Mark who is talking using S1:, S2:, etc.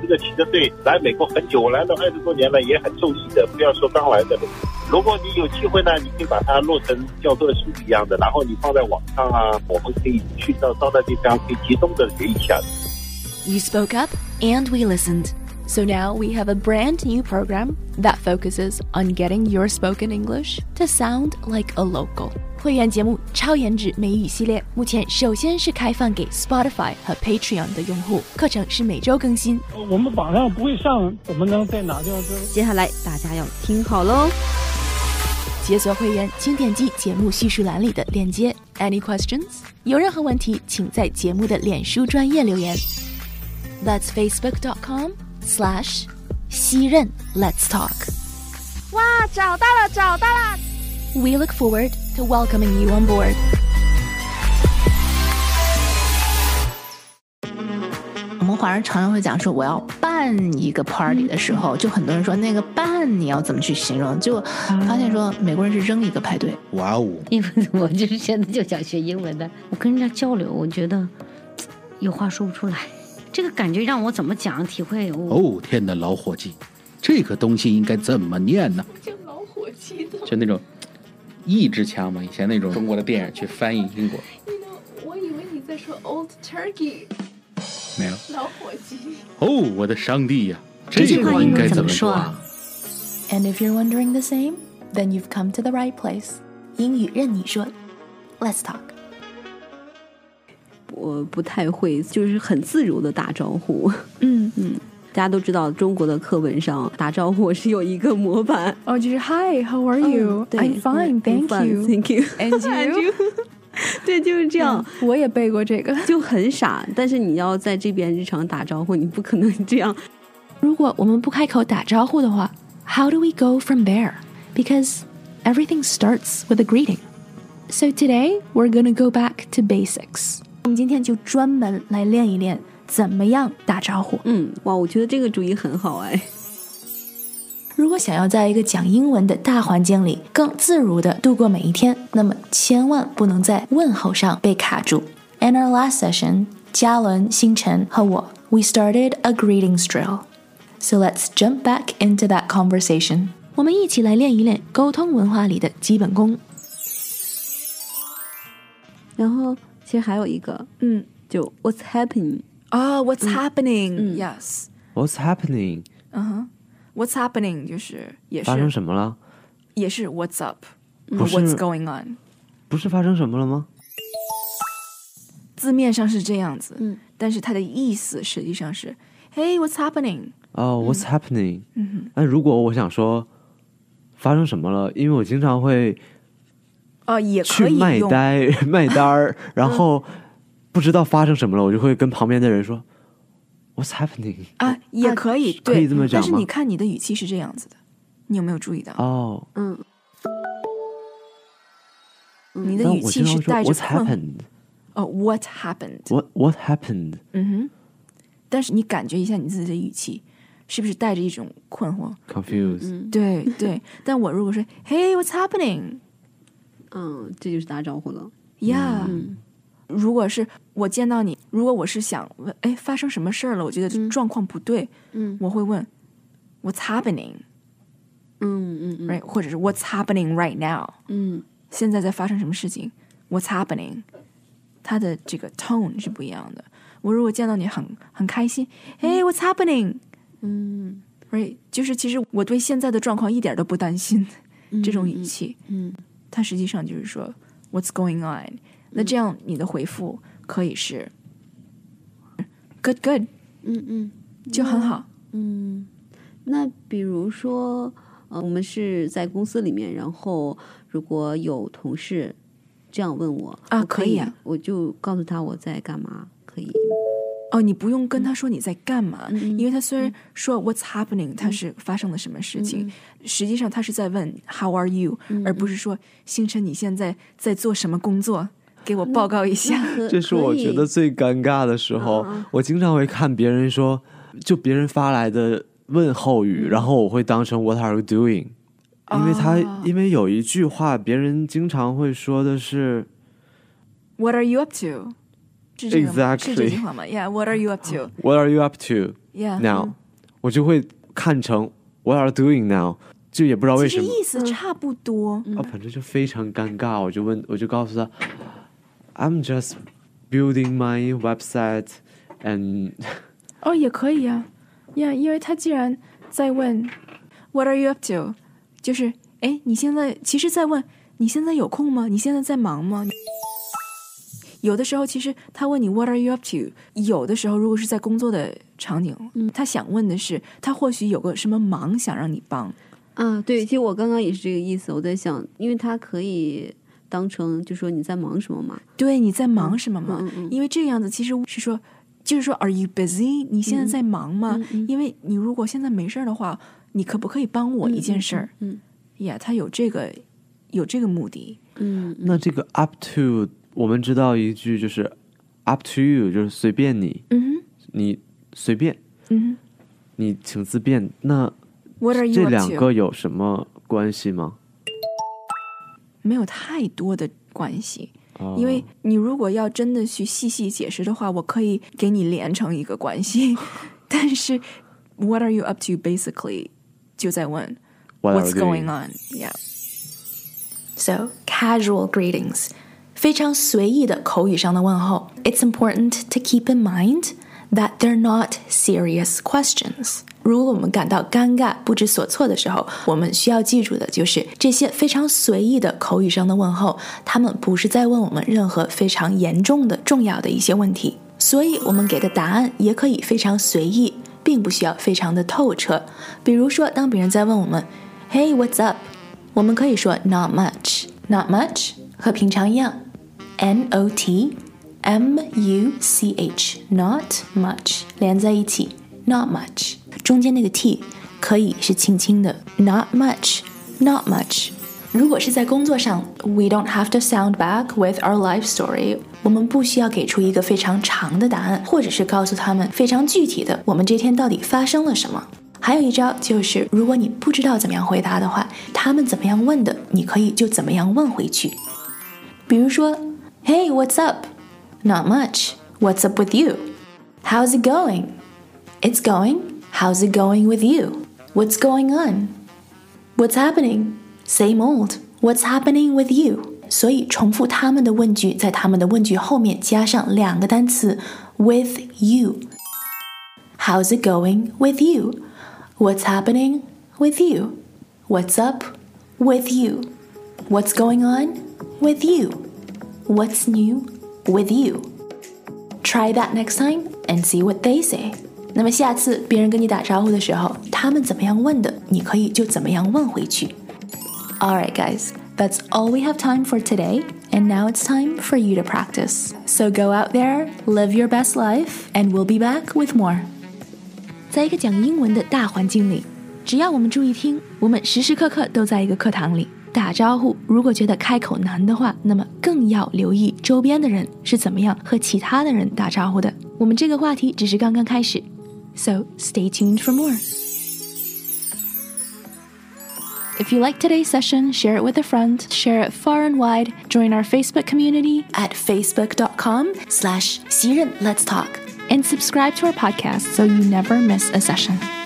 S1: 这个骑着队来美国很久，我来了二十多年了，也很受益的。不要说刚来的，如果你有机会呢，你可以把它录成教授的书一样的，然后你放在网上啊，我们可以去到到那地方可以集中的学一下。
S2: You spoke up and we listened. So now we have a brand new program that focuses on getting your spoken English to sound like a local.
S3: 会员节目《超颜值美语系列》目前首先是开放给 Spotify 和 Patreon 的用户，课程是每周更新。
S4: 我们榜上不会上，怎么能在哪地方知？
S5: 接下来大家要听好喽！
S3: 解锁会员，请点击节目叙述栏里的链接。Any questions？有任何问题，请在节目的脸书专业留言。That's Facebook.com/slash 西任 Let's Talk。
S6: 哇，找到了，找到了！
S3: We look forward to welcoming you on board.
S7: Mm. 我们华人常常会讲说，我要办一个 party 的时候，就很多人说那个办你要怎么去形容？就发现说美国人是扔一个派对。
S8: 哇哦！
S9: 因为 我就是现在就想学英文的，我跟人家交流，我觉得有话说不出来，这个感觉让我怎么讲体会？
S8: 哦天哪，老伙计，这个东西应该怎么念呢？
S10: 火气的，
S11: 就那种意志强嘛，以前那种中国的电影去翻译英国。
S10: 你呢？我以为你在说 old turkey，
S11: 没了。
S10: 老火鸡。
S8: 哦，我的上帝呀！
S9: 这句话
S8: 应该怎
S9: 么说
S8: 啊
S2: ？And if you're wondering the same, then you've come to the right place.
S3: 英语任你说，Let's talk。
S5: 我不太会，就是很自如的打招呼。
S3: 嗯嗯。
S5: 大家都知道，中国的课本上打招呼是有一个模 板
S10: 哦，就是 Oh, Hi, how are you?、
S5: Oh,
S10: I'm fine, thank you,
S5: thank you,
S10: and you
S5: 对，就是这样、
S10: 嗯。我也背过这个，
S5: 就很傻。但是你要在这边日常打招呼，你不可能这样。
S3: 如果我们不开口打招呼的话，How do we go from there? Because everything starts with a greeting. So today we're gonna go back to basics. 我们今天就专门来练一练。怎么样打招呼？
S5: 嗯，哇，我觉得这个主意很好哎。
S3: 如果想要在一个讲英文的大环境里更自如的度过每一天，那么千万不能在问候上被卡住。In our last session，嘉伦、星辰和我，we started a greetings drill. So let's jump back into that conversation. 我们一起来练一练沟通文化里的基本功。
S5: 然后其实还有一个，
S10: 嗯，
S5: 就 What's happening？
S10: 啊、oh,，What's
S12: Mm
S10: happening？Yes、
S5: 嗯。
S12: What's happening？
S10: 嗯哼、uh huh.，What's happening？就是也是
S12: 发生什么了？
S10: 也是 What's up？
S12: 不是
S10: What's going on？
S12: 不是发生什么了吗？
S10: 字面上是这样子，
S12: Mm
S5: 嗯，
S10: 但是它的意思实际上是 Hey，What's happening？
S12: 哦、oh,，What's happening？
S10: 嗯哼。
S12: 那如果我想说发生什么了，因为我经常会
S10: 呃，也
S12: 去卖呆 卖单
S10: 嗯
S12: 儿，然后不知道发生什么了，我就会跟旁边的人说。What's happening？
S10: 啊，也可以，
S12: 可以这么讲
S10: 但是你看你的语气是这样子的，你有没有注意到？
S12: 哦，
S5: 嗯，
S10: 你的语气是带着
S12: What's happened？
S10: 哦，What happened？What
S12: What happened？
S10: 嗯哼，但是你感觉一下你自己的语气，是不是带着一种困惑
S12: ？Confused？
S10: 对对， 但我如果说 Hey，What's happening？
S5: 嗯，这就是打招呼了。
S10: Yeah。如果是我见到你，如果我是想问，哎，发生什么事儿了？我觉得状况不对，
S5: 嗯，
S10: 我会问 What's happening？
S5: 嗯嗯，
S10: 嗯或者是 What's happening right now？
S5: 嗯，
S10: 现在在发生什么事情？What's happening？它的这个 tone 是不一样的。我如果见到你很很开心，哎，What's happening？
S5: 嗯
S10: ，right，就是其实我对现在的状况一点都不担心，这种语气，
S5: 嗯，
S10: 它实际上就是说 What's going on？那这样你的回复可以是 good good，
S5: 嗯嗯，
S10: 就很好。
S5: 嗯，那比如说，呃，我们是在公司里面，然后如果有同事这样问我
S10: 啊，
S5: 我可
S10: 以啊，
S5: 我就告诉他我在干嘛，可以。
S10: 哦，你不用跟他说你在干嘛，
S5: 嗯、
S10: 因为他虽然说 What's happening，他是发生了什么事情，
S5: 嗯、
S10: 实际上他是在问 How are you，、
S5: 嗯、
S10: 而不是说星辰你现在在做什么工作。给我报告一下，
S5: 嗯
S12: 这是我觉得最尴尬的时候。我经常会看别人说，就别人发来的问候语，然后我会当成 "What are you doing？" 因为他因为有一句话，别人经常会说的是
S10: "What are you up to？" 是这个是这句话吗？Yeah，What are you up to？What
S12: are you up to？
S10: Yeah. 嗯
S12: now，、我就会看成 What are you doing now？就也不知道为
S10: 其
S12: 什
S10: 实
S12: 么
S10: 意思差不多。
S12: 啊，反正就非常尴尬。我就问，我就告诉他，I'm just building my website and
S10: 哦，也可以啊，呀，因为他既然在问 “What are you up to”，就是哎，你现在其实在问你现在有空吗？你现在在忙吗？有的时候，其实他问你 “What are you up to”，有的时候如果是在工作的场景，他想问的是他或许有个什么忙想让你帮。
S5: 啊，对，其实我刚刚也是这个意思。我在想，因为它可以当成就说你在忙什么嘛。
S10: 对，你在
S5: 嗯
S10: 忙什么吗？因为这个样子其实是说，就是说，Are you busy？你现在在忙吗？
S5: 嗯
S10: 因为你如果现在没事儿的话，你可不可以帮我一件事儿？
S5: 嗯，
S10: 呀、他有这个有这个目的。
S5: 嗯，
S12: 那这个 up to，我们知道一句就是 up to you，就是随便你，
S10: 嗯
S12: 你随便，
S10: 哼，嗯
S12: 你请自便。那
S10: 哼，What are you？
S12: 这
S10: up
S12: 两
S10: to？
S12: 个有什么关系吗？
S10: 没有太多的关系。
S12: 哦
S10: 因为你如果要真的去细细解释的话，我可以给你连成一个关系，但是 What are you up to? Basically，就在问
S3: What are
S10: What's
S3: you
S10: going
S3: doing?
S10: on? Yeah.
S3: So casual greetings，非常随意的口语上的问候。It's important to keep in mind that they're not serious questions。如果我们感到尴尬、不知所措的时候，我们需要记住的就是这些非常随意的口语上的问候，他们不是在问我们任何非常严重的、重要的一些问题，所以我们给的答案也可以非常随意，并不需要非常的透彻。比如说，当别人在问我们 “Hey, what's up？” 我们可以说 not much，not much 和平常一样，n o t m u c h，not much 连在一起，not much 中间那个 t 可以是轻轻的，not much，not much。如果是在工作上，we don't have to sound back with our life story。我们不需要给出一个非常长的答案，或者是告诉他们非常具体的我们这天到底发生了什么。还有一招就是，如果你不知道怎么样回答的话，他们怎么样问的，你可以就怎么样问回去。比如说，Hey, what's up? Not much. What's up with you? How's it going? It's going. How's it going with you? What's going on? What's happening? Same old. What's happening with you? 所以重复他们的问句，在他们的问句后面加上两个单词 with you。How's it going with you? What's happening with you? What's up with you? What's going on with you? What's new with you? Try that next time and see what they say. 那么下次别人跟你打招呼的时候，他们怎么样问的，你可以就怎么样问回去。All right, guys, that's all we have time for today. And now it's time for you to practice. So go out there, live your best life, and we'll be back with more.
S2: 在一个讲英文的大环境里，只要我们注意听，我们时时刻刻都在一个课堂里打招呼。如果觉得开口难的话，那么更要留意周边的人是怎么样和其他的人打招呼的。我们这个话题只是刚刚开始，so stay tuned for more. If you like today's session, share it with a friend, share it far and wide, join our Facebook community at facebook.com slash Let's Talk, and subscribe to our podcast so you never miss a session.